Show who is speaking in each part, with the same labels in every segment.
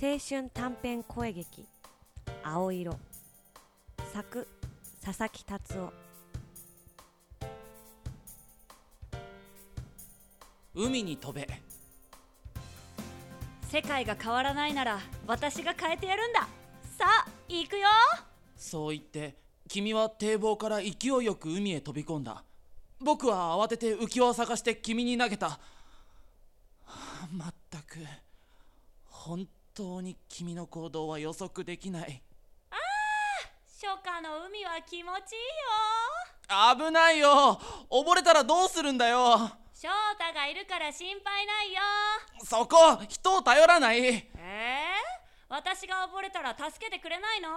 Speaker 1: 青春短編声劇「青色」作佐々木達夫
Speaker 2: 海に飛べ
Speaker 3: 世界が変わらないなら私が変えてやるんださあ行くよ
Speaker 2: そう言って君は堤防から勢いよく海へ飛び込んだ僕は慌てて浮き輪を探して君に投げたはあまったく本当に君の行動は予測できない
Speaker 3: 初夏の海は気持ちいいよ
Speaker 2: 危ないよ溺れたらどうするんだよ
Speaker 3: 翔太がいるから心配ないよ
Speaker 2: そこ人を頼らない
Speaker 3: えー、私が溺れたら助けてくれないの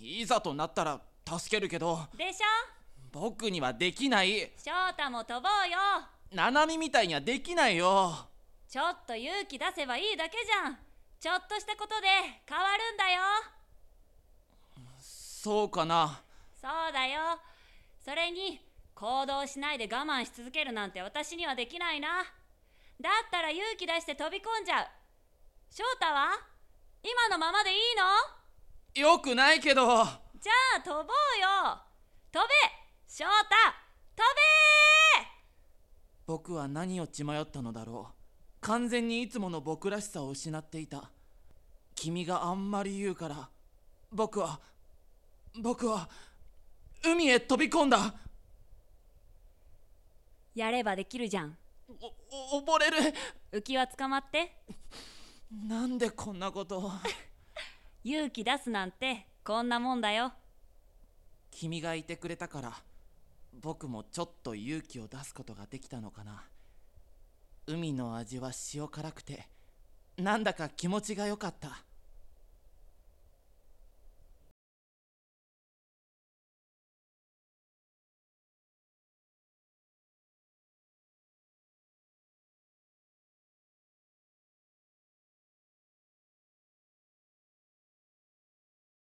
Speaker 2: いざとなったら助けるけど
Speaker 3: でしょ
Speaker 2: 僕にはできない
Speaker 3: 翔太も飛ぼうよ
Speaker 2: ナナミみたいにはできないよ
Speaker 3: ちょっと勇気出せばいいだけじゃんちょっとしたことで変わるんだよ
Speaker 2: そうかな
Speaker 3: そうだよそれに行動しないで我慢し続けるなんて私にはできないなだったら勇気出して飛び込んじゃう翔太は今のままでいいの
Speaker 2: よくないけど
Speaker 3: じゃあ飛ぼうよ飛べ翔太飛
Speaker 2: 僕は何を血迷ったのだろう完全にいつもの僕らしさを失っていた君があんまり言うから僕は僕は海へ飛び込んだ
Speaker 3: べやればできるじゃん
Speaker 2: おお溺れる
Speaker 3: 浮き輪捕まって
Speaker 2: なんでこんなことを
Speaker 3: 勇気出すなんてこんなもんだよ
Speaker 2: 君がいてくれたから僕もちょっと勇気を出すことができたのかな海の味は塩辛くてなんだか気持ちが良かった